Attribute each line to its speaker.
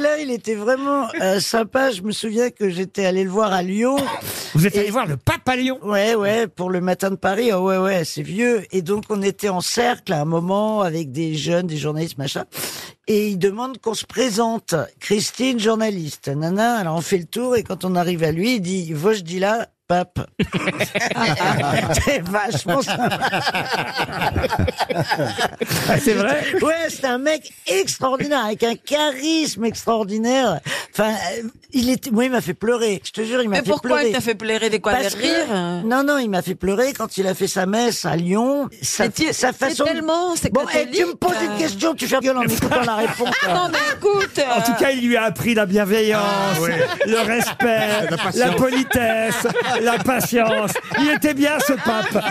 Speaker 1: là, il était vraiment euh, sympa. Je me souviens que j'étais allé le voir à Lyon.
Speaker 2: Vous êtes allé voir le pape à Lyon
Speaker 1: Ouais, ouais, pour le matin de Paris. Ah ouais, ouais, c'est vieux. Et donc, on était en cercle à un moment avec des jeunes, des journalistes, machin. Et il demande qu'on se présente. Christine, journaliste. Nana, alors on fait le tour et quand on arrive à lui, il dit, Vosges dit là, pape. c'est vachement sympa.
Speaker 2: Ah, C'est vrai
Speaker 1: Ouais, c'est un mec extraordinaire, avec un charisme extraordinaire. Enfin, euh, il était, moi, il m'a fait pleurer. Je te jure, il m'a
Speaker 3: Mais
Speaker 1: fait
Speaker 3: pourquoi
Speaker 1: pleurer.
Speaker 3: il t'a fait pleurer des quoi
Speaker 1: Parce
Speaker 3: des
Speaker 1: que-
Speaker 3: rires
Speaker 1: Non, non, il m'a fait pleurer quand il a fait sa messe à Lyon. Sa,
Speaker 3: Mais tu-
Speaker 1: sa
Speaker 3: c'est
Speaker 1: façon. de-
Speaker 3: tellement- c'est
Speaker 1: bon, et tu me
Speaker 3: catholique,
Speaker 1: poses une
Speaker 3: euh.
Speaker 1: question, tu fais gueule en écoutant la réponse.
Speaker 3: Non mais écoute
Speaker 2: En tout
Speaker 3: euh,
Speaker 2: cas, il lui a appris la bienveillance, le respect, Ah, la, politesse, la patience. Il était bien ce pape.